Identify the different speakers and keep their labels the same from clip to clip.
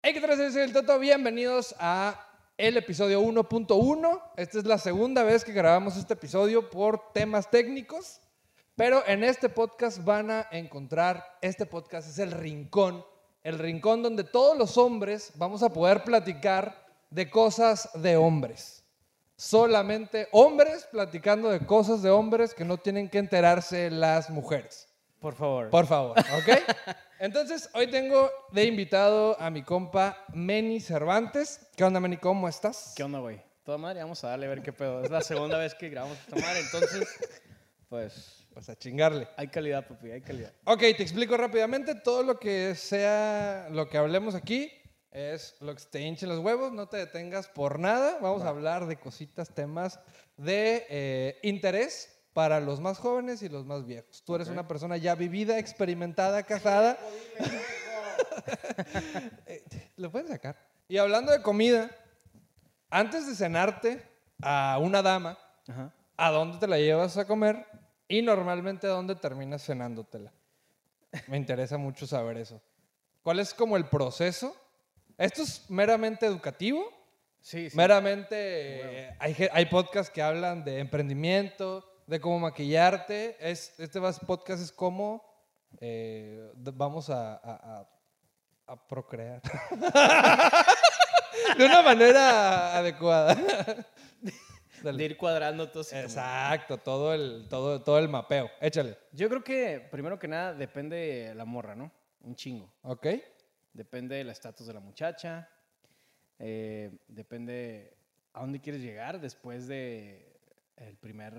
Speaker 1: Hey, ¿qué tal? Soy el Toto. Bienvenidos a el episodio 1.1. Esta es la segunda vez que grabamos este episodio por temas técnicos, pero en este podcast van a encontrar, este podcast es el rincón, el rincón donde todos los hombres vamos a poder platicar de cosas de hombres. Solamente hombres platicando de cosas de hombres que no tienen que enterarse las mujeres.
Speaker 2: Por favor.
Speaker 1: Por favor, ¿ok? Entonces, hoy tengo de invitado a mi compa Meni Cervantes. ¿Qué onda, Meni? ¿Cómo estás?
Speaker 2: ¿Qué onda, güey? Toda madre, vamos a darle a ver qué pedo. Es la segunda vez que grabamos esta madre, entonces, pues,
Speaker 1: Pues a chingarle.
Speaker 2: hay calidad, papi, hay calidad.
Speaker 1: Ok, te explico rápidamente. Todo lo que sea, lo que hablemos aquí es lo que te hinche los huevos. No te detengas por nada. Vamos a hablar de cositas, temas de eh, interés para los más jóvenes y los más viejos. Tú eres una persona ya vivida, experimentada, casada. Eh, Lo pueden sacar. Y hablando de comida, antes de cenarte a una dama,
Speaker 2: Ajá.
Speaker 1: ¿a dónde te la llevas a comer? Y normalmente, ¿a dónde terminas cenándotela? Me interesa mucho saber eso. ¿Cuál es como el proceso? ¿Esto es meramente educativo?
Speaker 2: Sí, sí.
Speaker 1: Meramente, eh, hay, ge- hay podcasts que hablan de emprendimiento, de cómo maquillarte. Es, este vas- podcast es cómo eh, d- vamos a, a- a- a procrear. de una manera adecuada. Dale.
Speaker 2: De ir cuadrando todo así como-
Speaker 1: Exacto, todo el, todo, todo el mapeo. Échale.
Speaker 2: Yo creo que, primero que nada, depende de la morra, ¿no? Un chingo.
Speaker 1: ¿Ok?
Speaker 2: Depende del estatus de la muchacha. eh, depende a dónde quieres llegar después de el primer,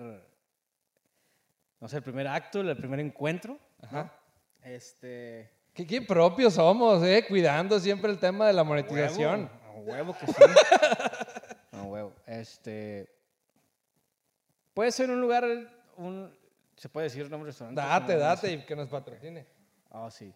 Speaker 2: no sé, el primer acto, el primer encuentro. ¿no?
Speaker 1: Ajá.
Speaker 2: Este...
Speaker 1: ¿Qué, qué propios somos, ¿eh? Cuidando siempre el tema de la monetización.
Speaker 2: Huevo, A huevo que sí. A huevo. Este. Puede ser un lugar. Un, Se puede decir nombre de restaurante.
Speaker 1: Date,
Speaker 2: No, no
Speaker 1: date
Speaker 2: sé.
Speaker 1: y que nos patrocine.
Speaker 2: Ah, sí.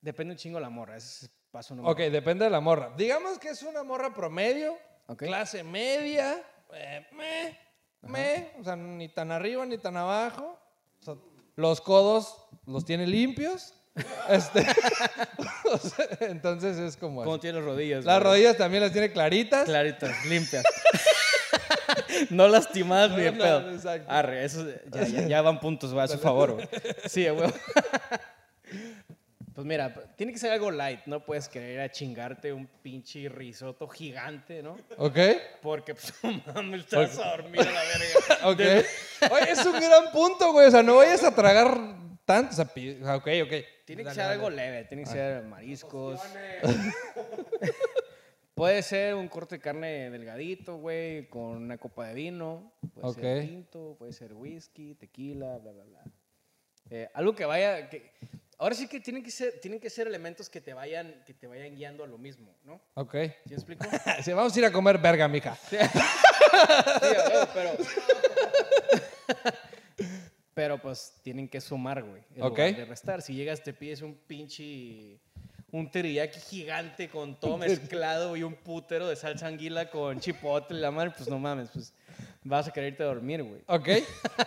Speaker 2: Depende un chingo la morra. Ese es paso número
Speaker 1: Ok, depende de la morra. Digamos que es una morra promedio,
Speaker 2: Ok.
Speaker 1: clase media, eh, meh, meh, o sea, ni tan arriba ni tan abajo. O sea, los codos los tiene limpios. Este, o sea, entonces es como...
Speaker 2: ¿Cómo
Speaker 1: así.
Speaker 2: tiene las rodillas?
Speaker 1: Las
Speaker 2: güey?
Speaker 1: rodillas también las tiene claritas.
Speaker 2: Claritas, limpias. no lastimadas ni de
Speaker 1: No, no,
Speaker 2: pedo.
Speaker 1: exacto.
Speaker 2: Arre, eso ya, ya- ya van puntos, güey, a su favor, güey. Sí, a huevo. Pues mira, tiene que ser algo light, no puedes querer ir a chingarte un pinche risotto gigante, ¿no?
Speaker 1: ¿Ok?
Speaker 2: Porque, pues, no mames, estás a dormir a la verga.
Speaker 1: Ok. Oye, es un gran punto, güey. O sea, no vayas a tragar tanto. O sea, pi- o sea, ok, ok.
Speaker 2: Tiene que
Speaker 1: Dale,
Speaker 2: ser
Speaker 1: dale. Ah.
Speaker 2: algo leve, tiene que ser mariscos. Puede ser un corte de carne delgadito, güey, con una copa de vino. Puede
Speaker 1: Ok.
Speaker 2: ser tinto, puede ser whisky, tequila, bla, bla, bla. Eh, algo que vaya... Que, ahora sí que tienen que, ser, tienen que ser elementos que te, vayan, que te vayan guiando a lo mismo, ¿no?
Speaker 1: Ok.
Speaker 2: ¿Sí me explico?
Speaker 1: Sí, vamos a ir a comer verga, mija.
Speaker 2: Sí, a huevo, pero. pero pues tienen que sumar, güey. en lugar
Speaker 1: Ok.
Speaker 2: De restar. Si llegas, te pides un pinche. Un teriyaki gigante con todo mezclado y un putero de salsa anguila con chipotle, la madre, pues no mames, pues vas a querer irte a dormir, güey.
Speaker 1: Ok.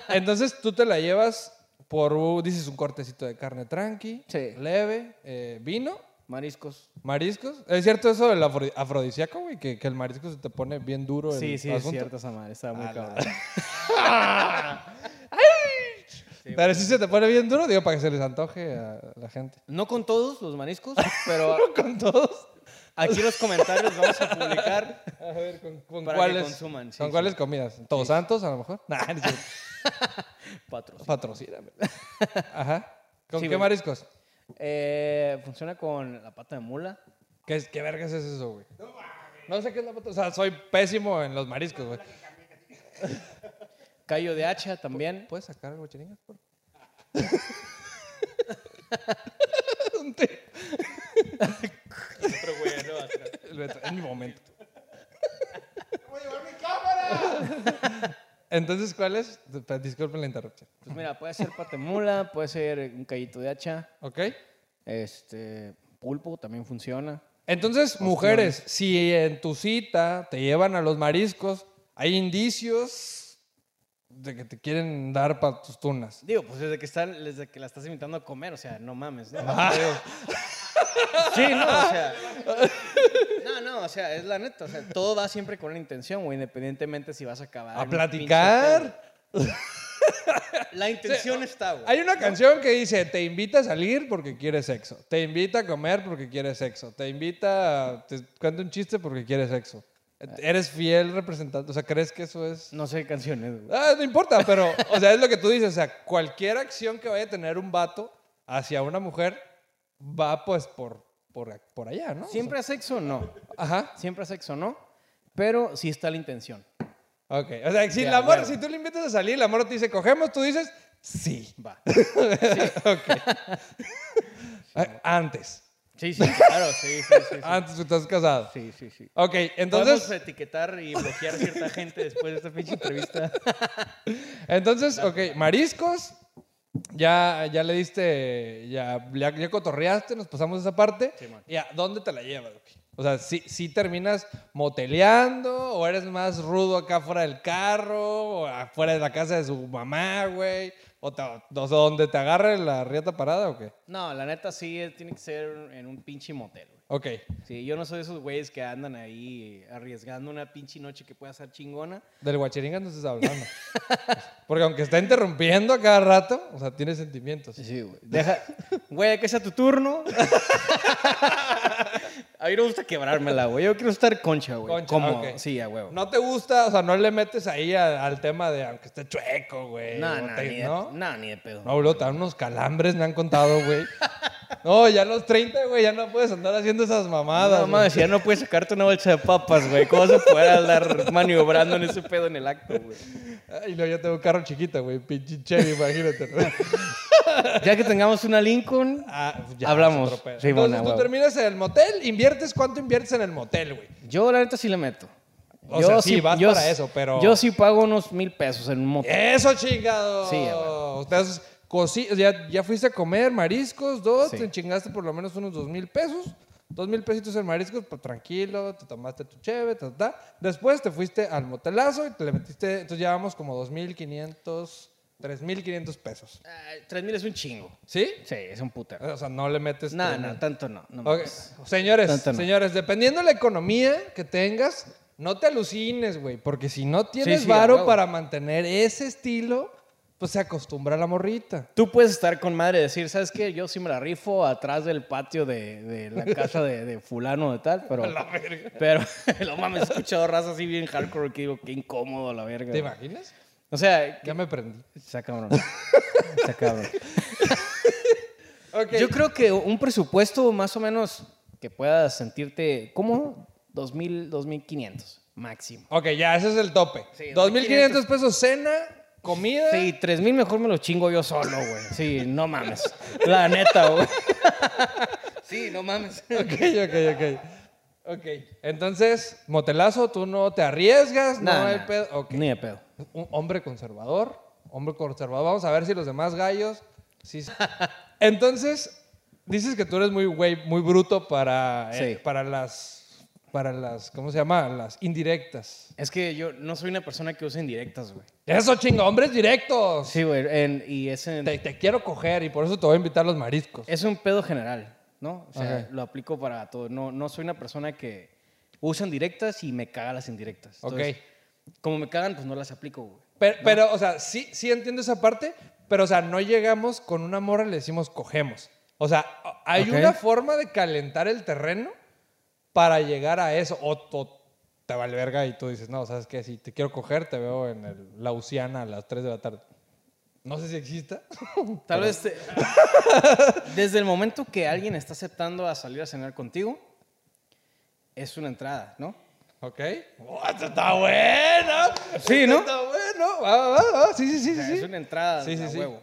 Speaker 1: Entonces tú te la llevas por, u- dices, un cortecito de carne tranqui,
Speaker 2: Sí.
Speaker 1: leve, eh, vino,
Speaker 2: Mariscos.
Speaker 1: mariscos. ¿Es cierto eso del afro- afrodisíaco, güey? Que, que el marisco se te pone bien duro el
Speaker 2: Sí, sí, es
Speaker 1: asunto?
Speaker 2: cierto esa madre, estaba muy
Speaker 1: A la
Speaker 2: cabrón. Sí,
Speaker 1: Pero sí se te pone bien duro, digo, para que se les antoje a la gente.
Speaker 2: No con todos los mariscos, pero
Speaker 1: ¿Con todos?
Speaker 2: aquí en los comentarios vamos a publicar.
Speaker 1: A ver, ¿con, con
Speaker 2: Para que
Speaker 1: cuáles?
Speaker 2: consuman, sí,
Speaker 1: ¿Con
Speaker 2: sí.
Speaker 1: cuáles comidas? ¿Todos santos, a lo mejor? Nah, ni siquiera.
Speaker 2: Patrocinio.
Speaker 1: patrocíname. Ajá. ¿Con
Speaker 2: Sí,
Speaker 1: qué
Speaker 2: güey.
Speaker 1: mariscos?
Speaker 2: Eh, funciona con la pata de mula.
Speaker 1: ¿Qué, es- qué vergas es eso, güey? No sé qué es la pata. O sea, soy pésimo en los mariscos, güey.
Speaker 2: Callo de hacha también.
Speaker 1: ¿Puedes sacar algo, chiringas? por favor? Un té. El Beto, en mi momento. Entonces, ¿cuál es? Pe- Disculpen la interrupción.
Speaker 2: Pues mira, puede ser pata de mula, puede ser un callito de hacha.
Speaker 1: ¿Ok?
Speaker 2: Este, pulpo también funciona.
Speaker 1: Entonces, mujeres, si en tu cita te llevan a los mariscos, hay indicios de que te quieren dar para tus tunas.
Speaker 2: Ah, Digo, pues desde que, están, desde que la estás invitando a comer, o sea, no mames, ¿no? Sí, no, o sea. No, no, o sea, es la neta. O sea, todo va siempre con una intención, güey, independientemente si vas a acabar.
Speaker 1: A
Speaker 2: en un pinche hotel,
Speaker 1: platicar.
Speaker 2: güey. La intención está, güey.
Speaker 1: Hay una canción que dice, te invita a salir porque quieres sexo, te invita a comer porque quieres sexo, te invita a... te cuenta un chiste porque quieres sexo. Eres fiel representante, o sea, ¿crees que eso es...?
Speaker 2: No sé canciones, güey.
Speaker 1: Ah, no importa, pero, o sea, es lo que tú dices, o sea, cualquier acción que vaya a tener un vato hacia una mujer va pues por, por, por allá, ¿no? O sea,
Speaker 2: Siempre a sexo, no.
Speaker 1: ajá.
Speaker 2: Siempre a sexo, no. Pero sí está la intención.
Speaker 1: Ok, o sea, si,
Speaker 2: De
Speaker 1: la
Speaker 2: a
Speaker 1: morra-
Speaker 2: huevo.
Speaker 1: si tú le invitas a salir, la morra te dice, cogemos, tú dices, sí.
Speaker 2: Va.
Speaker 1: Ah, Antes,
Speaker 2: Sí, sí, claro, sí, sí, sí. sí.
Speaker 1: antes que estás casado.
Speaker 2: Sí, sí, sí.
Speaker 1: Ok,
Speaker 2: Podemos
Speaker 1: entonces,
Speaker 2: etiquetar y bloquear cierta gente después de esta pinche entrevista.
Speaker 1: entonces, ok, mariscos, ya, ya le diste, ya, ya, ya cotorreaste, nos pasamos esa parte.
Speaker 2: Sí, man.
Speaker 1: ¿Y a dónde te la llevas? güey? O sea, si terminas moteleando o eres más rudo acá fuera del carro o afuera de la casa de su mamá, güey? O, te- o sea, donde te agarre la rieta parada o qué?
Speaker 2: No, la neta sí eh, tiene que ser en un pinche motel, güey.
Speaker 1: Ok,
Speaker 2: Sí, yo no soy de esos güeyes que andan ahí arriesgando una pinche noche que pueda ser chingona.
Speaker 1: del guachiringa no estás hablando. Porque aunque está interrumpiendo a cada rato, o sea, tiene sentimientos.
Speaker 2: Sí, güey. Deja, güey, que sea tu turno. a mí no me gusta quebrármela, güey. Yo quiero estar concha, güey.
Speaker 1: Concha,
Speaker 2: Cómodo.
Speaker 1: ok.
Speaker 2: Sí, a huevo.
Speaker 1: No te gusta, o sea, no le metes ahí a- al tema de aunque esté chueco, güey.
Speaker 2: eh, no,
Speaker 1: o
Speaker 2: no,
Speaker 1: te-
Speaker 2: ni de,
Speaker 1: ¿no?
Speaker 2: no, ni de pedo.
Speaker 1: No, bro, te dan unos calambres, me han contado, güey. No, ya a los 30, güey, ya no puedes andar haciendo esas mamadas.
Speaker 2: No, mames, si ya no puedes sacarte una bolsa de papas, güey. ¿Cómo vas a poder andar maniobrando en ese pedo en el acto, güey?
Speaker 1: güey. Y luego yo tengo un carro chiquito, güey, pinche Chevy, imagínate. ¿no?
Speaker 2: Ya que tengamos una Lincoln,
Speaker 1: Ah,
Speaker 2: Hablamos.
Speaker 1: es otro pedo.
Speaker 2: Sí,
Speaker 1: Entonces
Speaker 2: mona,
Speaker 1: tú
Speaker 2: huevo.
Speaker 1: terminas en el motel, inviertes, ¿cuánto inviertes en el motel, güey?
Speaker 2: yo la neta sí le meto.
Speaker 1: O sea, sí, vas para
Speaker 2: s-
Speaker 1: eso, pero-
Speaker 2: Yo sí pago unos mil pesos en un motel.
Speaker 1: Eso, chingado.
Speaker 2: Sí, ya, güey.
Speaker 1: Ustedes cosi- ya, ya fuiste a comer mariscos, dos,
Speaker 2: Sí.
Speaker 1: te chingaste por lo menos unos dos mil pesos. Dos mil pesitos en mariscos, pues tranquilo, te tomaste tu cheve, ta, ta, ta. Después te fuiste al motelazo y te le metiste, entonces llevamos como dos mil quinientos, tres mil quinientos pesos.
Speaker 2: Tres mil es un chingo.
Speaker 1: ¿Sí?
Speaker 2: Sí, es un putero.
Speaker 1: O sea, no le metes...
Speaker 2: No,
Speaker 1: tres
Speaker 2: no,
Speaker 1: mil.
Speaker 2: tanto no. no
Speaker 1: Ok,
Speaker 2: mames.
Speaker 1: Señores,
Speaker 2: Tanto no.
Speaker 1: señores, dependiendo de la economía que tengas, no te alucines, güey, porque si no tienes
Speaker 2: sí, a
Speaker 1: varo
Speaker 2: huevo.
Speaker 1: para mantener ese estilo, pues se acostumbra a la morrita.
Speaker 2: Tú puedes estar con madre y decir, ¿sabes qué? Yo sí me la rifo atrás del patio de, de la casa de, de fulano de tal, pero... Pero, lo mames, he escuchado raza así bien hardcore que digo, qué incómodo la verga.
Speaker 1: ¿Te
Speaker 2: güey.
Speaker 1: imaginas?
Speaker 2: O sea, que-
Speaker 1: Ya me prendí.
Speaker 2: está cabrón. Está cabrón.
Speaker 1: Ok.
Speaker 2: Yo creo que un presupuesto más o menos que puedas sentirte cómodo, 2000, 2500 máximo.
Speaker 1: Ok, ya, ese es el tope.
Speaker 2: Sí,
Speaker 1: 2.500 pesos cena, comida.
Speaker 2: Sí, 3000 mejor me lo chingo yo solo, güey. Sí, no mames. La neta, güey. Sí, no mames.
Speaker 1: Ok, ok, ok. Ok. Entonces, motelazo, tú no te arriesgas, no,
Speaker 2: Nada,
Speaker 1: hay
Speaker 2: nada.
Speaker 1: pedo. Ok.
Speaker 2: Ni de pedo.
Speaker 1: Un hombre conservador. Hombre conservador. Vamos a ver si los demás gallos. sí- Entonces, dices que tú eres muy güey, muy bruto para, eh,
Speaker 2: Sí.
Speaker 1: para las. Para las. ¿Cómo se llama? Las indirectas.
Speaker 2: Es que yo no soy una persona que usa indirectas, güey.
Speaker 1: Eso, chingo, hombres directos.
Speaker 2: Sí, güey. en- Y es en-
Speaker 1: Te, te quiero coger y por eso te voy a invitar a los mariscos.
Speaker 2: Es un pedo general, ¿no? O sea,
Speaker 1: Ajá.
Speaker 2: lo aplico para todo. No, no soy una persona que usan directas y me caga las indirectas. Entonces, Como me cagan, pues no las aplico, güey.
Speaker 1: Pero, pero, o sea, sí, sí entiendo esa parte, pero, o sea, no llegamos con una morra y le decimos cogemos. O sea, hay
Speaker 2: Ok.
Speaker 1: una forma de calentar el terreno para llegar a eso. O, o te vale verga y tú dices, no, sabes que si te quiero coger, te veo en el Lausiana a las 3 de la tarde. No sé si exista.
Speaker 2: Tal vez te- desde el momento que alguien está aceptando a salir a cenar contigo, es una entrada, ¿no?
Speaker 1: ¿Ok? Oh, esto está bueno!
Speaker 2: Sí,
Speaker 1: Esto
Speaker 2: ¿no?
Speaker 1: Está bueno. Va, va, va. Sí, sí, sí,
Speaker 2: O sea,
Speaker 1: sí.
Speaker 2: Es
Speaker 1: sí.
Speaker 2: una entrada
Speaker 1: Sí, sí,
Speaker 2: a
Speaker 1: sí.
Speaker 2: huevo.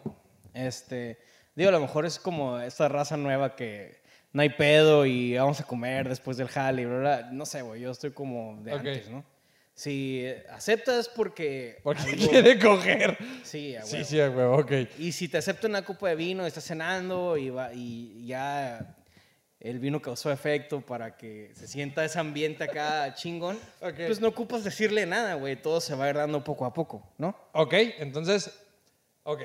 Speaker 2: Este, digo, a lo mejor es como esta raza nueva que no hay pedo y vamos a comer después del jale, y bla, bla. No sé, güey, yo estoy como de
Speaker 1: Ok.
Speaker 2: antes, ¿no? Si aceptas porque...
Speaker 1: Porque
Speaker 2: algo-
Speaker 1: quiere coger.
Speaker 2: Sí, a
Speaker 1: Sí,
Speaker 2: huevo.
Speaker 1: sí, a huevo, ok.
Speaker 2: Y si te acepta una copa de vino, estás cenando y, va- y ya el vino causó efecto para que se sienta ese ambiente acá chingón,
Speaker 1: Ok.
Speaker 2: pues no ocupas decirle nada, güey. Todo se va a ir dando poco a poco, ¿no?
Speaker 1: Ok, entonces, ok.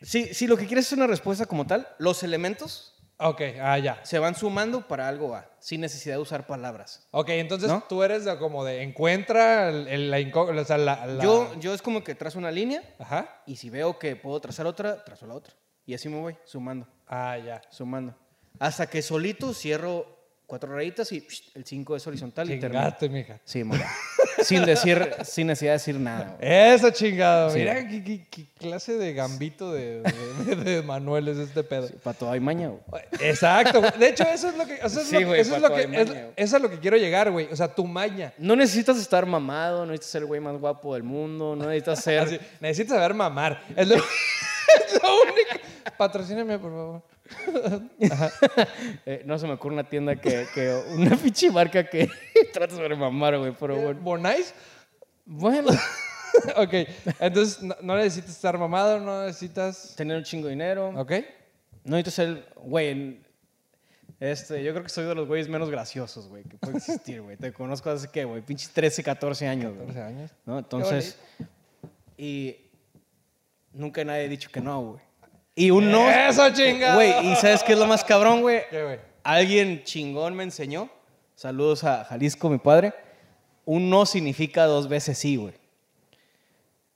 Speaker 2: Si, si lo que quieres es una respuesta como tal, los elementos
Speaker 1: Ok, ah, ya.
Speaker 2: Se van sumando para algo A, sin necesidad de usar palabras.
Speaker 1: Ok, entonces
Speaker 2: ¿No?
Speaker 1: tú eres de como de encuentra el- el- la incógnita. O sea, la, la-
Speaker 2: Yo, yo es como que trazo una línea
Speaker 1: Ajá.
Speaker 2: y si veo que puedo trazar otra, trazo la otra. Y así me voy, sumando,
Speaker 1: Ah, ya.
Speaker 2: sumando. Hasta que solito cierro cuatro rayitas y psh, el 5 es horizontal y termino.
Speaker 1: Chingate, mija.
Speaker 2: Sí, mo. sin decir, sin necesidad de decir nada. güey.
Speaker 1: Eso chingado.
Speaker 2: Sí.
Speaker 1: Mira qué, qué- qué clase de gambito de, de- de- de Manuel es este pedo.
Speaker 2: Sí, para todo hay maña. güey.
Speaker 1: Exacto. güey. De hecho, eso es lo que. Eso es
Speaker 2: Sí,
Speaker 1: lo que-
Speaker 2: güey,
Speaker 1: eso es
Speaker 2: pa'
Speaker 1: lo
Speaker 2: todo
Speaker 1: que-
Speaker 2: hay maña,
Speaker 1: es-
Speaker 2: güey.
Speaker 1: eso es lo que quiero llegar, güey. O sea, tu maña.
Speaker 2: No necesitas estar mamado, no necesitas ser el güey más guapo del mundo, no necesitas ser...
Speaker 1: Así, necesitas saber mamar. Es lo, es lo único. Patrocíname, por favor.
Speaker 2: Eh, no se me ocurre una tienda que, que una pinche marca que trata sobre mamar, güey, pero bueno.
Speaker 1: ¿Bonais?
Speaker 2: Bueno,
Speaker 1: ok. Entonces, no, no necesitas estar mamado, no necesitas.
Speaker 2: tener un chingo de dinero.
Speaker 1: Ok.
Speaker 2: No necesitas ser, el- güey, el- este, yo creo que soy de los güeyes menos graciosos, güey, que puede existir, güey. Te conozco hace, ¿qué, güey? Pinches 13, 14 años, güey.
Speaker 1: 14 años.
Speaker 2: ¿No? Entonces, y nunca nadie ha dicho que no, güey. Y un no...
Speaker 1: ¡Eso, chingado!
Speaker 2: Güey, ¿y sabes qué es lo más cabrón, güey?
Speaker 1: ¿Qué, güey?
Speaker 2: Alguien chingón me enseñó. Saludos a Jalisco, mi padre. Un no significa dos veces sí, güey.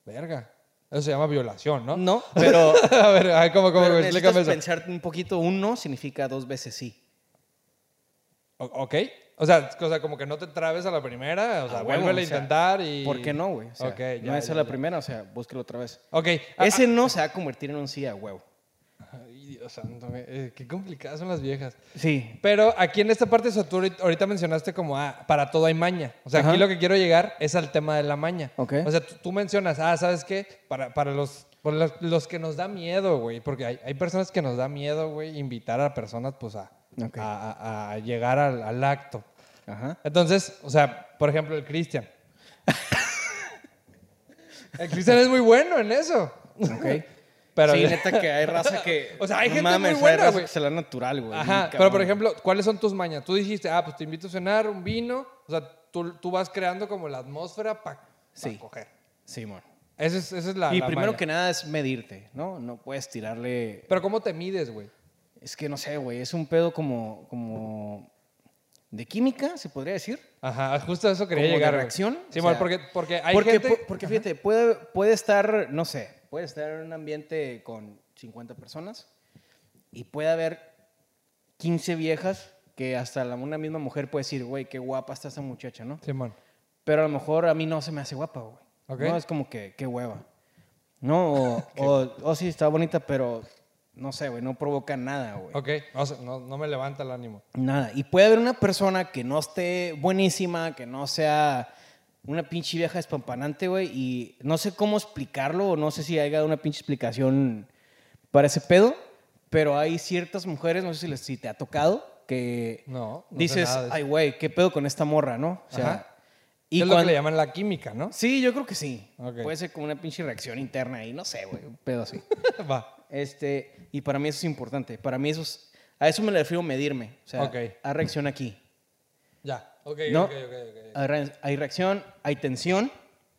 Speaker 1: Verga. Eso se llama violación, ¿no?
Speaker 2: No, pero,
Speaker 1: a ver, a ver, ¿cómo, cómo?
Speaker 2: pero
Speaker 1: Explícame
Speaker 2: necesitas
Speaker 1: eso.
Speaker 2: pensar un poquito. Un no significa dos veces sí.
Speaker 1: O- ok. O sea, o sea, como que no te trabes a la primera, o sea,
Speaker 2: Ah, huevo,
Speaker 1: vuelve a
Speaker 2: o sea,
Speaker 1: intentar y...
Speaker 2: ¿Por qué no, güey? O sea,
Speaker 1: ok, ya,
Speaker 2: no es
Speaker 1: ya,
Speaker 2: la
Speaker 1: ya.
Speaker 2: primera, o sea, búsquelo otra vez.
Speaker 1: Ok. Ah,
Speaker 2: Ese no se va a convertir en un sí a huevo.
Speaker 1: ah, ay, Dios santo, me- eh, qué complicadas son las viejas.
Speaker 2: Sí.
Speaker 1: Pero aquí en esta parte, o sea, tú ahorita- ahorita mencionaste como, ah, para todo hay maña. O sea,
Speaker 2: Ajá.
Speaker 1: aquí lo que quiero llegar es al tema de la maña.
Speaker 2: Ok.
Speaker 1: O sea, tú, tú mencionas, ah, ¿sabes qué? Para, para los, por los, los que nos da miedo, güey, porque hay, hay personas que nos da miedo, güey, invitar a personas, pues, a,
Speaker 2: Ok.
Speaker 1: a- a- a llegar al, al acto.
Speaker 2: Ajá.
Speaker 1: Entonces, o sea, por ejemplo, el Cristian. el Cristian es muy bueno en eso.
Speaker 2: Ok.
Speaker 1: Pero,
Speaker 2: sí, neta que hay raza que.
Speaker 1: O sea, hay
Speaker 2: no
Speaker 1: gente
Speaker 2: mames,
Speaker 1: muy
Speaker 2: hay
Speaker 1: buena,
Speaker 2: raza
Speaker 1: güey.
Speaker 2: que Se la da natural, güey.
Speaker 1: Ajá,
Speaker 2: bien
Speaker 1: pero por
Speaker 2: cabrón.
Speaker 1: ejemplo, ¿cuáles son tus mañas? Tú dijiste, ah, pues te invito a cenar, un vino. O sea, tú, tú vas creando como la atmósfera para
Speaker 2: Sí.
Speaker 1: coger.
Speaker 2: Sí, mon.
Speaker 1: Esa es, esa es la.
Speaker 2: Y
Speaker 1: la
Speaker 2: primero
Speaker 1: maña.
Speaker 2: que nada es medirte, ¿no? No puedes tirarle.
Speaker 1: Pero ¿cómo te mides, güey?
Speaker 2: Es que no sé, güey. Es un pedo como. como de química, se podría decir.
Speaker 1: Ajá, justo a eso quería
Speaker 2: como de
Speaker 1: llegar. güey.
Speaker 2: reacción.
Speaker 1: Sí,
Speaker 2: o
Speaker 1: mal,
Speaker 2: sea,
Speaker 1: porque, porque hay
Speaker 2: porque,
Speaker 1: gente.
Speaker 2: pu- porque fíjate, puede, puede estar, no sé, puede estar en un ambiente con 50 personas y puede haber 15 viejas que hasta la, una misma mujer puede decir, güey, qué guapa está esa muchacha, ¿no?
Speaker 1: Simón.
Speaker 2: Pero a lo mejor a mí no se me hace guapa, güey.
Speaker 1: Ok.
Speaker 2: No, es como que, qué hueva. No, o, o- o sí, está bonita, pero no sé, güey, no provoca nada, güey.
Speaker 1: Ok, no, sé, no, no me levanta el ánimo.
Speaker 2: Nada. Y puede haber una persona que no esté buenísima, que no sea una pinche vieja espampanante, güey, y no sé cómo explicarlo, o no sé si haya una pinche explicación para ese pedo, pero hay ciertas mujeres, no sé si, les- si te ha tocado, que
Speaker 1: No, no sé
Speaker 2: dices,
Speaker 1: nada de eso.
Speaker 2: ay, güey, qué pedo con esta morra, ¿no? O sea,
Speaker 1: Ajá. Y es lo que
Speaker 2: cuan-
Speaker 1: le llaman la química, ¿no?
Speaker 2: Sí, yo creo que sí.
Speaker 1: Ok.
Speaker 2: Puede ser como una pinche reacción interna ahí, no sé, güey, un pedo así.
Speaker 1: Va.
Speaker 2: Este, y para mí eso es importante. Para mí eso es, a eso me refiero medirme. O sea,
Speaker 1: Ok.
Speaker 2: hay reacción aquí.
Speaker 1: Ya. Ok,
Speaker 2: ¿no?
Speaker 1: ok, ok. ok.
Speaker 2: Hay re- Hay reacción, hay tensión.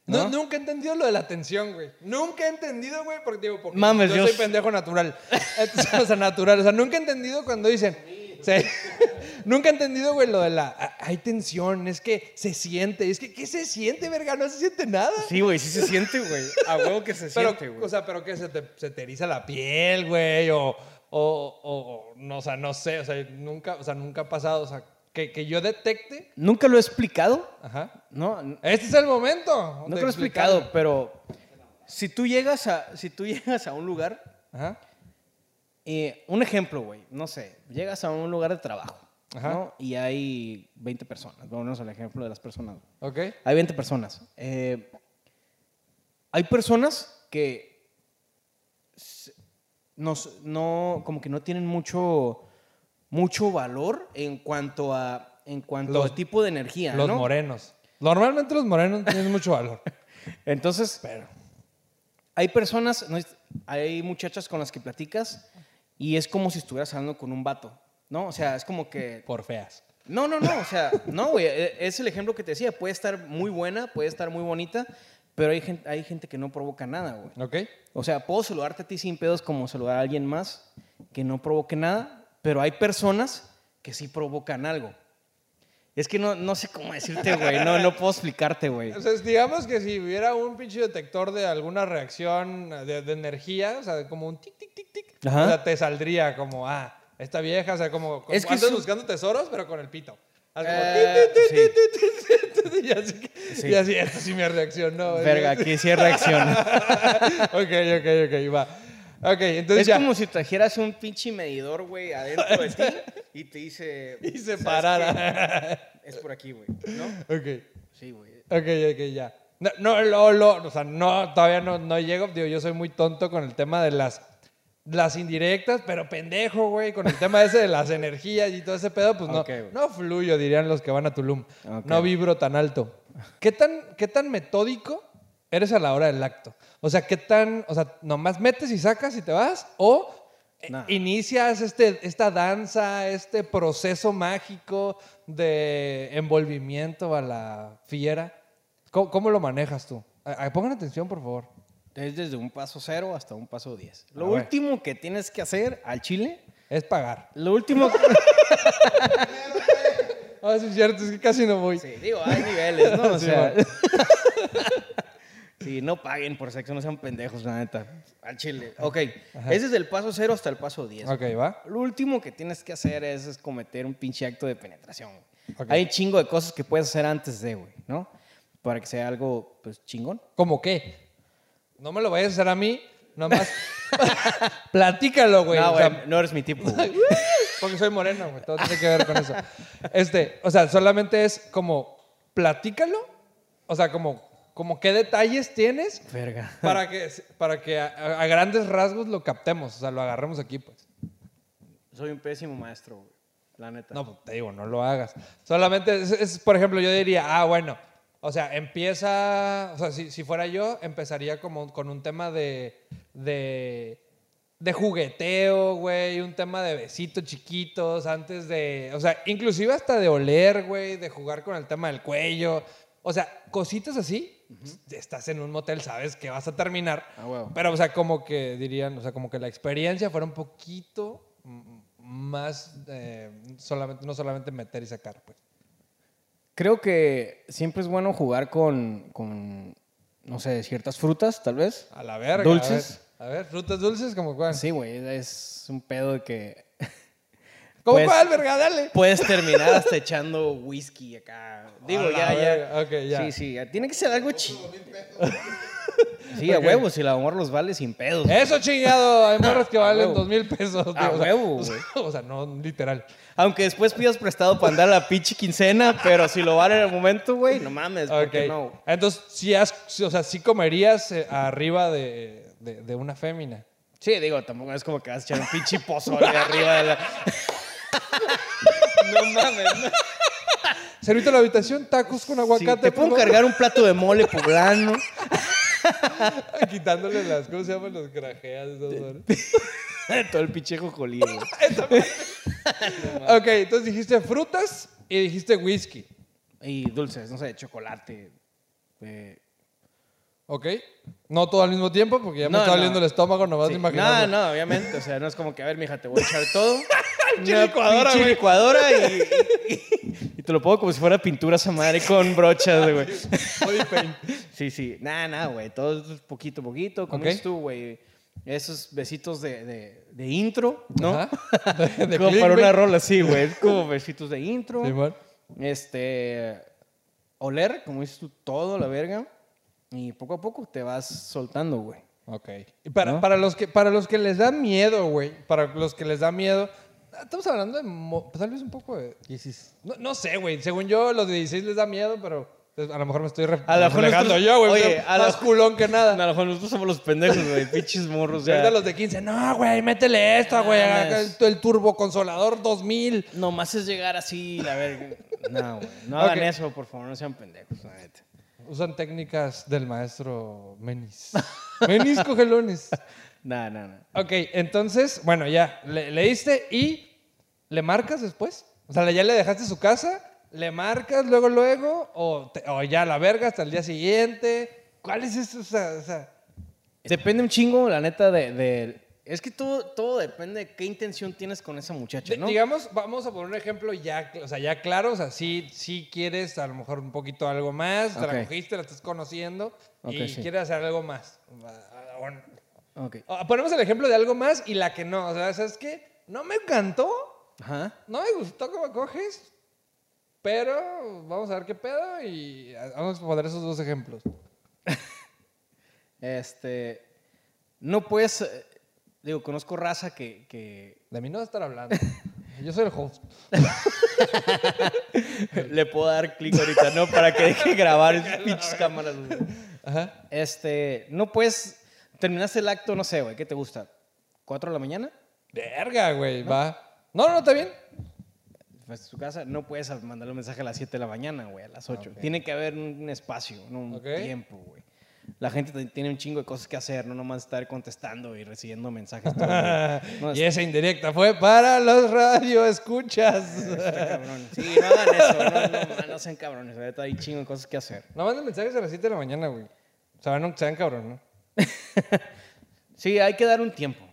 Speaker 1: No,
Speaker 2: ¿no?
Speaker 1: nunca he entendido lo de la atención, güey. Nunca he entendido, güey, porque digo, porque
Speaker 2: Mames,
Speaker 1: yo
Speaker 2: yo
Speaker 1: soy
Speaker 2: s-
Speaker 1: pendejo natural. Entonces, o sea, natural. O sea, nunca he entendido cuando dicen. se- nunca he entendido, güey, lo de la. "Ah, Hay tensión, es que se siente. Es que, ¿qué se siente, verga? No se siente nada.
Speaker 2: Sí, güey, sí se siente, güey. A huevo que se
Speaker 1: pero,
Speaker 2: siente, güey.
Speaker 1: o sea, pero que se te, se te eriza la piel, güey, o, o, o- o- no, o sea, no sé, o sea, nunca, o sea, nunca ha pasado, o sea, que, que yo detecte,
Speaker 2: Nunca lo he explicado,
Speaker 1: ajá.
Speaker 2: ¿no? Nunca
Speaker 1: Este es el momento. de
Speaker 2: lo he
Speaker 1: explicarlo.
Speaker 2: explicado, pero si tú llegas a, si tú llegas a un lugar,
Speaker 1: Ajá.
Speaker 2: eh, un ejemplo, güey, no sé, llegas a un lugar de trabajo,
Speaker 1: Ajá.
Speaker 2: ¿no? Y hay 20 personas, vámonos al ejemplo de las personas. güey.
Speaker 1: Ok.
Speaker 2: Hay 20 personas. Eh, hay personas que s- nos- no, como que no tienen mucho, mucho valor en cuanto a en cuanto
Speaker 1: Los-
Speaker 2: al tipo de energía,
Speaker 1: Los
Speaker 2: ¿no?
Speaker 1: morenos. Normalmente los morenos tienen mucho valor.
Speaker 2: Entonces, hay personas, no es- hay muchachas con las que platicas y es como si estuvieras hablando con un vato, ¿no? O sea, es como que
Speaker 1: Por feas.
Speaker 2: No, no, no, o sea, no, güey, e- es el ejemplo que te decía, puede estar muy buena, puede estar muy bonita, pero hay gente, hay gente que no provoca nada, güey.
Speaker 1: ¿Ok?
Speaker 2: O sea, puedo saludarte a ti sin pedos como saludar a alguien más que no provoque nada, pero hay personas que sí provocan algo. Es que no, no sé cómo decirte, güey. No, no puedo explicarte, güey.
Speaker 1: O sea, es- digamos que si hubiera un pinche detector de alguna reacción de, de energía, o sea, como un tic, tic, tic, tic,
Speaker 2: Ajá.
Speaker 1: o sea, te saldría como, ah, esta vieja, o sea, como, como
Speaker 2: Es que
Speaker 1: andas
Speaker 2: es un-
Speaker 1: buscando tesoros, pero con el pito. Así como,
Speaker 2: Eh,
Speaker 1: tic,
Speaker 2: sí.
Speaker 1: tic, tic, tic, tic, tic, y así,
Speaker 2: Sí.
Speaker 1: y así, esta sí me reaccionó.
Speaker 2: Verga, aquí sí reacciona.
Speaker 1: ok, ok, ok, va. Ok, entonces
Speaker 2: es
Speaker 1: ya.
Speaker 2: como si trajeras un pinche medidor, güey, adentro de ti y te dice.
Speaker 1: Y se
Speaker 2: "¿Sabes
Speaker 1: parara.
Speaker 2: qué? Es por aquí, güey. ¿No?
Speaker 1: Ok.
Speaker 2: Sí, güey.
Speaker 1: Ok, ok, ya. No, no, lo, lo- o sea, no, todavía no, no llego. Digo, yo soy muy tonto con el tema de las, las indirectas, pero pendejo, güey, con el tema ese de las energías y todo ese pedo, pues no,
Speaker 2: Ok, güey.
Speaker 1: no fluyo, dirían los que van a Tulum.
Speaker 2: Ok.
Speaker 1: No vibro tan alto. ¿Qué tan, ¿Qué tan metódico eres a la hora del acto? O sea, ¿qué tan, o sea, nomás metes y sacas y te vas? ¿O eh,
Speaker 2: Nah.
Speaker 1: inicias este, esta danza, este proceso mágico de envolvimiento a la fiera? ¿Cómo, cómo lo manejas tú? A- a- pongan atención, por favor.
Speaker 2: Es desde un paso cero hasta un paso diez. Lo
Speaker 1: A ver.
Speaker 2: último que tienes que hacer al chile.
Speaker 1: Es pagar.
Speaker 2: Lo último.
Speaker 1: Ah, sí, es cierto, es que casi no voy.
Speaker 2: Sí, digo, hay niveles, ¿no? O
Speaker 1: Sí,
Speaker 2: sea.
Speaker 1: bueno.
Speaker 2: sí, no paguen por sexo, no sean pendejos, la neta. Al chile. Ok, es desde el paso cero hasta el paso 10.
Speaker 1: Ok, va.
Speaker 2: Lo último que tienes que hacer es, es cometer un pinche acto de penetración. güey.
Speaker 1: Ok.
Speaker 2: Hay un chingo de cosas que puedes hacer antes de, güey, ¿no? Para que sea algo, pues, chingón.
Speaker 1: ¿Cómo qué? No me lo vayas a hacer a mí, nomás. Platícalo, güey.
Speaker 2: no,
Speaker 1: o sea,
Speaker 2: güey, no eres mi tipo, güey.
Speaker 1: Porque soy moreno, güey. Todo tiene que ver con eso. Este, o sea, solamente es como, platícalo. O sea, como, como qué detalles tienes
Speaker 2: Verga.
Speaker 1: para que, para que a, a grandes rasgos lo captemos. O sea, lo agarremos aquí, pues.
Speaker 2: Soy un pésimo maestro, güey. La neta.
Speaker 1: No, pues, te digo, no lo hagas. Solamente, es, es, por ejemplo, yo diría, ah, bueno, o sea, empieza, o sea, si, si fuera yo, empezaría como un- con un tema de, de, de jugueteo, güey, un tema de besitos chiquitos, antes de, o sea, inclusive hasta de oler, güey, de jugar con el tema del cuello, o sea, cositas así. Estás en un motel, sabes que vas a terminar.
Speaker 2: Ah, huevo.
Speaker 1: Pero, o sea, como que dirían, o sea, como que la experiencia fuera un poquito mm, más, eh, solamente, no solamente meter y sacar, pues.
Speaker 2: Creo que siempre es bueno jugar con, con, no sé, ciertas frutas, tal vez.
Speaker 1: A la verga.
Speaker 2: Dulces.
Speaker 1: A ver, a ver, frutas dulces, como cuál.
Speaker 2: Sí, güey, es un pedo de que
Speaker 1: Como
Speaker 2: pues-
Speaker 1: cuál, verga, dale.
Speaker 2: puedes terminar hasta echando whisky acá. Digo,
Speaker 1: A la
Speaker 2: ya, ya.
Speaker 1: verga, ok, ya.
Speaker 2: Sí, sí, tiene que ser algo chido. Sí, a
Speaker 1: Ok.
Speaker 2: huevo, si el amor los vale sin pedos.
Speaker 1: Eso chingado, hay morras que
Speaker 2: A
Speaker 1: valen
Speaker 2: huevo.
Speaker 1: dos mil pesos.
Speaker 2: A
Speaker 1: tío, o sea,
Speaker 2: huevo,
Speaker 1: o sea, O sea, no literal.
Speaker 2: Aunque después pidas prestado para andar a la pinche quincena, pero si lo vale en el momento, güey, no mames,
Speaker 1: Ok.
Speaker 2: porque no.
Speaker 1: Entonces, si has, sí, o sea, sí comerías eh, arriba de, de- de una fémina.
Speaker 2: Sí, digo, tampoco es como que vas a echar un pinche pozole arriba de la. No mames, no.
Speaker 1: Servito a la habitación, tacos con
Speaker 2: Sí,
Speaker 1: aguacate.
Speaker 2: te
Speaker 1: por
Speaker 2: puedo
Speaker 1: favor.
Speaker 2: cargar un plato de mole poblano.
Speaker 1: Quitándole las, ¿cómo se llaman? Los grajeas. esas madres.
Speaker 2: Todo el pinche jojolío. güey.
Speaker 1: Ok, entonces dijiste frutas y dijiste whisky.
Speaker 2: Y dulces, no sé, chocolate. eh,
Speaker 1: Ok. No todo al mismo tiempo, porque ya me
Speaker 2: No,
Speaker 1: está
Speaker 2: no.
Speaker 1: doliendo el estómago, nomás
Speaker 2: sí.
Speaker 1: de
Speaker 2: No,
Speaker 1: imaginarlo.
Speaker 2: no, obviamente. O sea, no es como que, a ver, mija, te voy a echar todo.
Speaker 1: Pinche
Speaker 2: Una
Speaker 1: licuadora,
Speaker 2: pinche
Speaker 1: güey.
Speaker 2: licuadora y, y- y te lo pongo como si fuera pintura esa madre con brochas, güey.
Speaker 1: Body paint.
Speaker 2: Sí, sí. Nada, nada, güey. Todo es poquito a poquito. Como
Speaker 1: Ok.
Speaker 2: dices tú, güey. Esos besitos de, de- de intro, ¿no?
Speaker 1: Ajá. De- de
Speaker 2: como para
Speaker 1: clickbait.
Speaker 2: una rola así, güey. Es Como besitos de intro.
Speaker 1: Simón.
Speaker 2: Este. Oler, como dices tú, todo la verga. Y poco a poco te vas soltando, güey.
Speaker 1: Ok. Y para,
Speaker 2: ¿No?
Speaker 1: para, los que, para los que les da miedo, güey, para los que les da miedo, estamos hablando de mo- tal vez un poco de... No, no sé, güey. Según yo, los de 16 les da miedo, pero pues, a lo mejor me estoy re-
Speaker 2: A lo mejor
Speaker 1: reflejando
Speaker 2: nosotros-
Speaker 1: yo, güey.
Speaker 2: oye,
Speaker 1: soy
Speaker 2: a lo-
Speaker 1: Más culón que nada.
Speaker 2: A lo mejor nosotros somos los pendejos, güey. Pinches morros,
Speaker 1: Y ahorita
Speaker 2: ya.
Speaker 1: los de 15, no, güey, métele esta, güey,
Speaker 2: Ah,
Speaker 1: acá el,
Speaker 2: es-
Speaker 1: el turbo consolador 2000.
Speaker 2: Nomás es llegar así, la verga. No, güey. No hagan
Speaker 1: Ok.
Speaker 2: eso, por favor. No sean pendejos, la neta.
Speaker 1: Usan técnicas del maestro Menis. Menis cogelones.
Speaker 2: No, no, no.
Speaker 1: Ok, entonces, bueno, ya, le, leíste y le marcas después. O sea, ya le dejaste su casa, le marcas luego, luego, o, te- o ya la verga hasta el día siguiente. ¿Cuál es eso? O sea, o sea,
Speaker 2: Depende un chingo, la neta, de, de Es que todo, todo depende de qué intención tienes con esa muchacha,
Speaker 1: Di-
Speaker 2: ¿no?
Speaker 1: Digamos, vamos a poner un ejemplo ya, cl- o sea, ya claro, o sea, sí, sí quieres a lo mejor un poquito algo más, te
Speaker 2: Ok.
Speaker 1: la cogiste, la estás conociendo y
Speaker 2: Ok, sí.
Speaker 1: quieres hacer algo más. Ah, o n-
Speaker 2: Ok.
Speaker 1: o Ponemos el ejemplo de algo más y la que no, o sea, ¿sabes qué? No me encantó,
Speaker 2: Ajá.
Speaker 1: no me gustó cómo coges, pero vamos a ver qué pedo y ah, vamos a poner esos dos ejemplos.
Speaker 2: Este. No puedes. eh, Digo, conozco raza que. que
Speaker 1: De mí no va a estar hablando. Yo soy el host.
Speaker 2: le puedo dar clic ahorita, ¿no? Para que deje grabar esas pinches cámaras. güey.
Speaker 1: Ajá.
Speaker 2: Este. No puedes. Terminaste el acto, no sé, güey. ¿Qué te gusta? ¿Cuatro de la mañana?
Speaker 1: Verga, güey, va. No, no, no, está bien.
Speaker 2: Fuiste a su casa, no puedes mandarle un mensaje a las 7 de la mañana, güey, a las 8.
Speaker 1: Ah, ok.
Speaker 2: Tiene que haber un un espacio, ¿no? un
Speaker 1: Ok.
Speaker 2: tiempo, güey. La gente te- tiene un chingo de cosas que hacer, no nomás estar contestando y recibiendo mensajes. todo el día. No,
Speaker 1: y esa indirecta fue para los radioescuchas.
Speaker 2: está cabrón. Sí, no hagan eso, no, no, no sean cabrones, ahorita hay chingo de cosas que hacer.
Speaker 1: No manden mensajes a las 7 de la mañana, güey. O sea, no sean cabrón, ¿no?
Speaker 2: Sí, hay que dar un tiempo.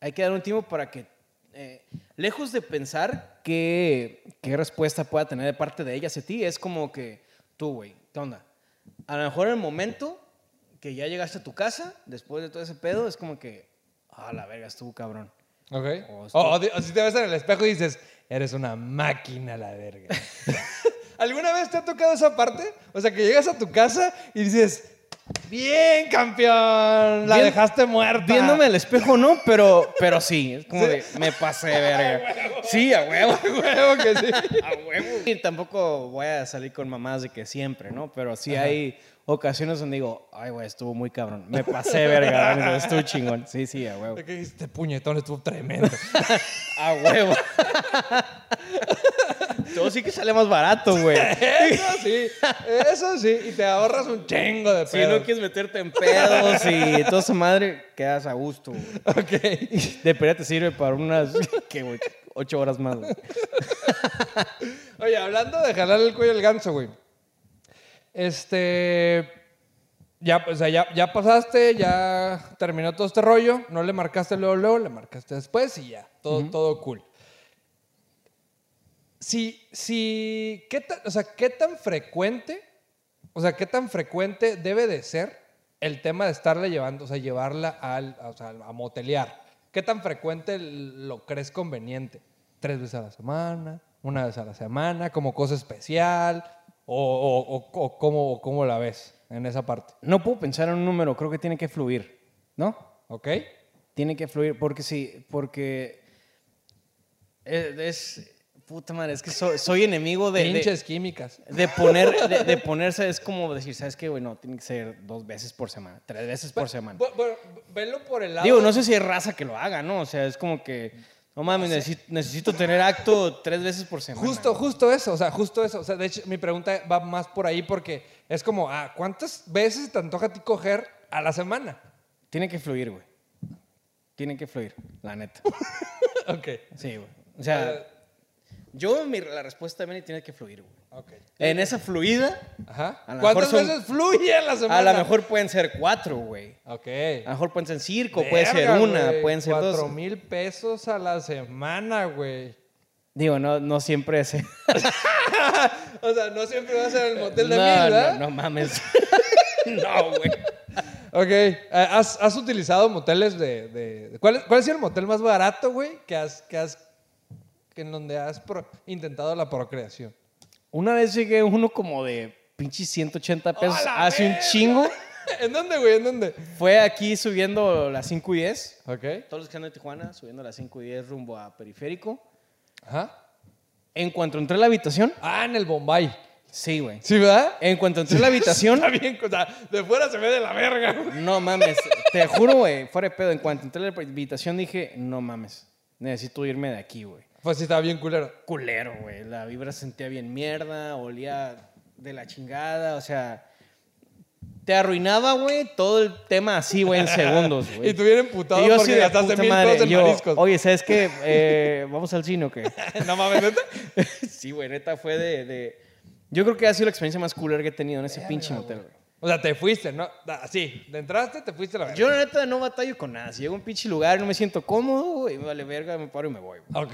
Speaker 2: Hay que dar un tiempo para que, eh, lejos de pensar qué, qué respuesta pueda tener de parte de ella hacia ti, es como que tú, güey, ¿qué onda? A lo mejor en el momento que ya llegaste a tu casa, después de todo ese pedo, es como que, ah, la verga, estuvo cabrón.
Speaker 1: Ok.
Speaker 2: O esto-
Speaker 1: O, o di- o si te ves en el espejo y dices, eres una máquina la verga. ¿Alguna vez te ha tocado esa parte? O sea, que llegas a tu casa y dices, bien, campeón, la
Speaker 2: Bien-
Speaker 1: dejaste muerta.
Speaker 2: Viéndome al espejo, no, pero, pero sí, es como de, me pasé, de verga. Sí, a huevo.
Speaker 1: Huevo que sí.
Speaker 2: A huevo. Y tampoco voy a salir con mamás de que siempre, ¿no? Pero sí hay ocasiones donde digo, ay, güey, estuvo muy cabrón. Me pasé verga, la neta, estuvo chingón. Sí, sí, a huevo.
Speaker 1: De que Este puñetón estuvo tremendo.
Speaker 2: A huevo. Todo sí que sale más barato, güey.
Speaker 1: Eso sí, eso sí. Y te ahorras un chingo de
Speaker 2: Si no
Speaker 1: pedos.
Speaker 2: quieres meterte en pedos y toda esa madre, quedas a gusto, güey.
Speaker 1: Ok.
Speaker 2: De pérdida te sirve para unas, ¿qué, güey? Ocho horas más, güey.
Speaker 1: Oye, hablando de jalar el cuello al ganso, güey. Este. Ya, o sea, ya, ya pasaste, ya terminó todo este rollo. No le marcaste luego, luego, le marcaste después y ya. Todo, todo cool. Si, si, ¿qué tan, o sea, qué tan frecuente, o sea, qué tan frecuente debe de ser el tema de estarle llevando, o sea, llevarla al, a- o sea, a motelear? ¿Qué tan frecuente lo crees conveniente? ¿Tres veces a la semana? ¿Una vez a la semana? ¿Como cosa especial? ¿O, o- o- o cómo, o cómo la ves en esa parte?
Speaker 2: No puedo pensar en un número, creo que tiene que fluir, ¿no?
Speaker 1: ¿Ok?
Speaker 2: Tiene que fluir, porque sí, porque es, es- puta madre, es que so- soy enemigo de, de,
Speaker 1: Pinches químicas.
Speaker 2: de poner, de, de ponerse, es como decir, ¿sabes qué, güey? No, tiene que ser dos veces por semana, tres veces por semana.
Speaker 1: Bu- bueno, velo por el lado.
Speaker 2: Digo, no sé si hay raza que lo haga, ¿no? O sea, es como que, no mames, necesito, necesito tener acto tres veces por semana.
Speaker 1: Justo,
Speaker 2: güey.
Speaker 1: justo eso, o sea, justo eso. O sea, de hecho, mi pregunta va más por ahí porque es como, ah, ¿cuántas veces te antoja a ti coger a la semana?
Speaker 2: Tiene que fluir, güey. Tiene que fluir, la neta.
Speaker 1: ok.
Speaker 2: Sí, güey. O sea, yo, mi- la respuesta también tiene que fluir, güey.
Speaker 1: Ok.
Speaker 2: En esa fluida,
Speaker 1: Ajá.
Speaker 2: A lo mejor
Speaker 1: ¿Cuántas
Speaker 2: son-
Speaker 1: veces fluye a la semana?
Speaker 2: A lo mejor pueden ser cuatro, güey.
Speaker 1: Ok.
Speaker 2: A lo mejor pueden ser cinco, puede ser
Speaker 1: Verga,
Speaker 2: una,
Speaker 1: güey,
Speaker 2: pueden ser
Speaker 1: Cuatro
Speaker 2: dos.
Speaker 1: mil pesos a la semana, güey.
Speaker 2: Digo, no, no siempre es.
Speaker 1: O sea, no siempre vas a el motel de
Speaker 2: no,
Speaker 1: mil, ¿verdad?
Speaker 2: no, no mames. no, güey.
Speaker 1: Ok. eh, ¿Has, has utilizado moteles de. de- de- ¿cuál, es- ¿Cuál ha sido el motel más barato, güey? Que has, que has. En donde has pro- intentado la procreación.
Speaker 2: Una vez llegué a uno como de pinches 180 pesos
Speaker 1: ¡A la
Speaker 2: hace un
Speaker 1: verga!
Speaker 2: chingo.
Speaker 1: ¿En dónde, güey? ¿En dónde?
Speaker 2: Fue aquí subiendo las 5 y 10.
Speaker 1: Ok.
Speaker 2: Todos los que andan de Tijuana, subiendo las 5 y 10 rumbo a Periférico.
Speaker 1: Ajá.
Speaker 2: En cuanto entré a la habitación,
Speaker 1: Ah, en el Bombay.
Speaker 2: sí, güey.
Speaker 1: ¿Sí, verdad?
Speaker 2: En cuanto entré a la habitación,
Speaker 1: Está bien, o sea, de fuera se ve de la verga, güey.
Speaker 2: No mames, te juro, güey, fuera de pedo. En cuanto entré a la invitación dije, no mames, necesito irme de aquí, güey.
Speaker 1: Pues sí, estaba bien culero.
Speaker 2: Culero, güey. La vibra se sentía bien mierda, olía de la chingada, o sea, te arruinaba, güey, todo el tema así, güey, en segundos, güey.
Speaker 1: Y tú bien emputado
Speaker 2: Y yo
Speaker 1: porque
Speaker 2: así de
Speaker 1: gastaste
Speaker 2: puta
Speaker 1: mil
Speaker 2: madre,
Speaker 1: pesos en
Speaker 2: yo,
Speaker 1: mariscos.
Speaker 2: Oye, ¿sabes qué? Eh, ¿Vamos al cine o qué?
Speaker 1: no mames, ¿neta?
Speaker 2: sí, güey, neta fue de, de- Yo creo que ha sido la experiencia más culera que he tenido en ese pinche motel, güey.
Speaker 1: O sea, te fuiste, ¿no? Así, te entraste, te fuiste a la verga.
Speaker 2: Yo la neta no batallo con nada. Si llego a un pinche lugar y no me siento cómodo, güey, me vale verga, me paro y me voy. güey.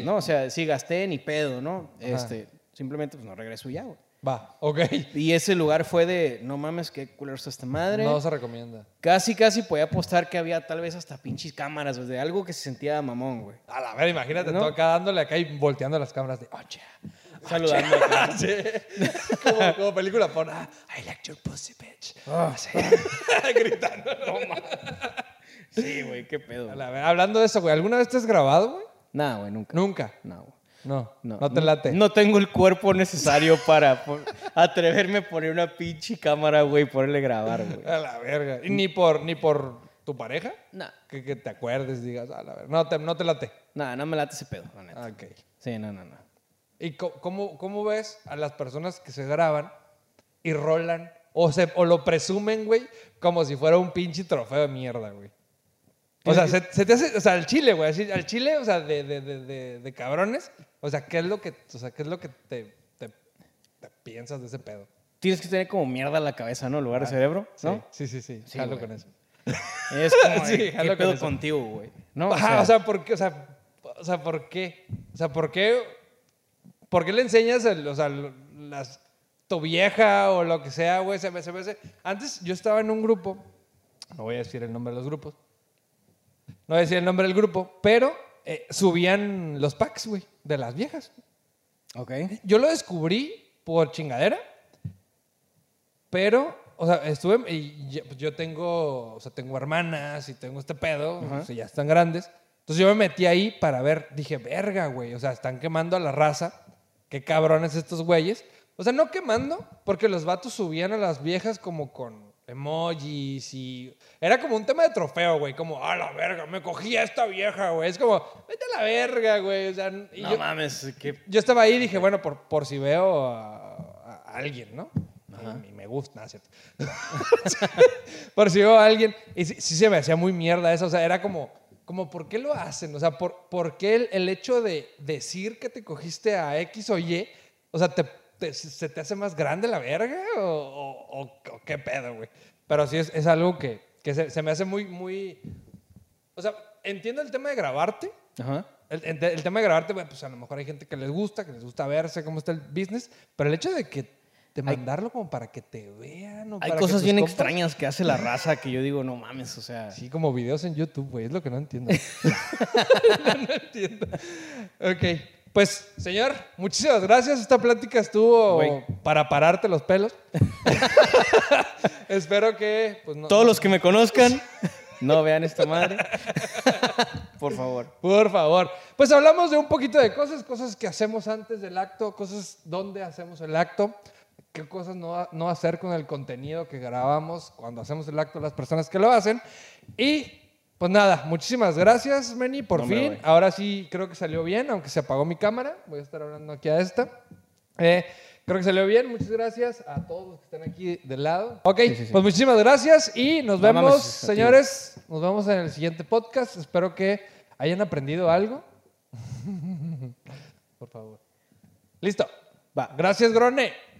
Speaker 1: Ok.
Speaker 2: No, o sea, si gasté ni pedo, ¿no? Este, simplemente pues no regreso y ya, güey.
Speaker 1: Va, ok.
Speaker 2: Y ese lugar fue de, no mames, qué culero está esta madre.
Speaker 1: No se recomienda.
Speaker 2: Casi, casi podía apostar que había tal vez hasta pinches cámaras, güey, de algo que se sentía mamón, güey.
Speaker 1: A la verga, imagínate,
Speaker 2: ¿No?
Speaker 1: tú acá dándole acá y volteando las cámaras de, "Oh, oye.
Speaker 2: Saludando.
Speaker 1: Ah,
Speaker 2: acá.
Speaker 1: como, como película porno. Ah, I like your pussy, bitch. Así. Gritando.
Speaker 2: sí, güey, qué pedo.
Speaker 1: A
Speaker 2: güey.
Speaker 1: la verga. Hablando de eso, güey, ¿alguna vez te has grabado, güey?
Speaker 2: Nada, güey, nunca.
Speaker 1: Nunca.
Speaker 2: No, güey.
Speaker 1: No, no, te late.
Speaker 2: No tengo el cuerpo necesario para por- atreverme a poner una pinche cámara, güey, y ponerle grabar, güey.
Speaker 1: A la verga. Y ni por, ni por tu pareja.
Speaker 2: Nah,
Speaker 1: Que, que te acuerdes, digas, a la verga. No te, no te late.
Speaker 2: nah, no me late ese pedo, la neta.
Speaker 1: Ah, Ok.
Speaker 2: Sí, no, no, no.
Speaker 1: ¿Y co- cómo, cómo ves a las personas que se graban y rolan o, se, o lo presumen, güey, como si fuera un pinche trofeo de mierda, güey? O sea, se, se te hace, o sea, al chile, güey, así, al chile, o sea, de, de, de, de, de cabrones, o sea, ¿qué es lo que, o sea, qué es lo que te, te, te piensas de ese pedo?
Speaker 2: Tienes que tener como mierda la cabeza, ¿no? En lugar de cerebro,
Speaker 1: Sí,
Speaker 2: ¿no?
Speaker 1: sí, sí, sí,
Speaker 2: Sí,
Speaker 1: jalo
Speaker 2: güey.
Speaker 1: con eso.
Speaker 2: Es como,
Speaker 1: Ah, Sí,
Speaker 2: de,
Speaker 1: jalo
Speaker 2: ¿qué
Speaker 1: con
Speaker 2: pedo
Speaker 1: eso.
Speaker 2: contigo, güey? ¿No?
Speaker 1: Ajá, o sea, ¿por qué? O sea, o sea, ¿por qué? O sea, ¿por qué? ¿Por qué le enseñas el- o sea, lo- las, tu vieja o lo que sea, güey? Se me, se me hace- Antes yo estaba en un grupo, no voy a decir el nombre de los grupos, no voy a decir el nombre del grupo, pero eh, subían los packs, güey, de las viejas.
Speaker 2: ok.
Speaker 1: Yo lo descubrí por chingadera, pero, o sea, estuve, y ya- pues, yo tengo, o sea, tengo hermanas y tengo este pedo,
Speaker 2: Ajá.
Speaker 1: o sea, ya están grandes. Entonces yo me metí ahí para ver, dije, verga, güey, o sea, están quemando a la raza, qué cabrones estos güeyes. O sea, no quemando, porque los vatos subían a las viejas como con emojis y... Era como un tema de trofeo, güey, como, a la verga, me cogí a esta vieja, güey. Es como, vete a la verga, güey, o sea... y
Speaker 2: No
Speaker 1: yo-
Speaker 2: mames, qué...
Speaker 1: yo estaba ahí y dije, bueno, por, por si veo a, a alguien, ¿no? Y, y me gusta, nada, cierto. por si veo a alguien. Y sí, sí se me hacía muy mierda eso. O sea, era como, como ¿por qué lo hacen? O sea, ¿por, por qué el, el hecho de decir que te cogiste a X o Y, o sea, te, te- ¿se te hace más grande la verga? ¿O, o- o- o qué pedo, güey? Pero sí es, es algo que, que se, se me hace muy, muy... O sea, entiendo el tema de grabarte,
Speaker 2: Ajá.
Speaker 1: el, el te- el tema de grabarte, bueno, pues a lo mejor hay gente que les gusta, que les gusta verse cómo está el business, pero el hecho de que te mandarlo como para que te vean o
Speaker 2: Hay
Speaker 1: para que
Speaker 2: cosas
Speaker 1: tus
Speaker 2: bien
Speaker 1: compas-
Speaker 2: extrañas que hace la raza que yo digo, no mames, o sea...
Speaker 1: Sí, como videos en YouTube, güey, es lo que no entiendo. no entiendo. Ok, pues señor, muchísimas gracias. Esta plática estuvo
Speaker 2: Güey.
Speaker 1: para pararte los pelos. Espero que... Pues, no-
Speaker 2: Todos los que me conozcan, no vean esta madre. Por favor.
Speaker 1: Por favor. Pues hablamos de un poquito de cosas, cosas que hacemos antes del acto, cosas donde hacemos el acto, qué cosas no, no hacer con el contenido que grabamos cuando hacemos el acto, las personas que lo hacen. Y pues nada, muchísimas gracias, Meni, por
Speaker 2: No, hombre,
Speaker 1: fin.
Speaker 2: güey.
Speaker 1: Ahora sí creo que salió bien, aunque se apagó mi cámara. Voy a estar hablando aquí a esta. Eh, creo que salió bien. Muchas gracias a todos los que están aquí del lado. Ok,
Speaker 2: Sí, sí, sí.
Speaker 1: pues muchísimas gracias y nos
Speaker 2: No
Speaker 1: vemos,
Speaker 2: mames, a ti.
Speaker 1: señores. Nos vemos en el siguiente podcast. Espero que hayan aprendido algo. Por favor. Listo.
Speaker 2: Va.
Speaker 1: Gracias, Grone.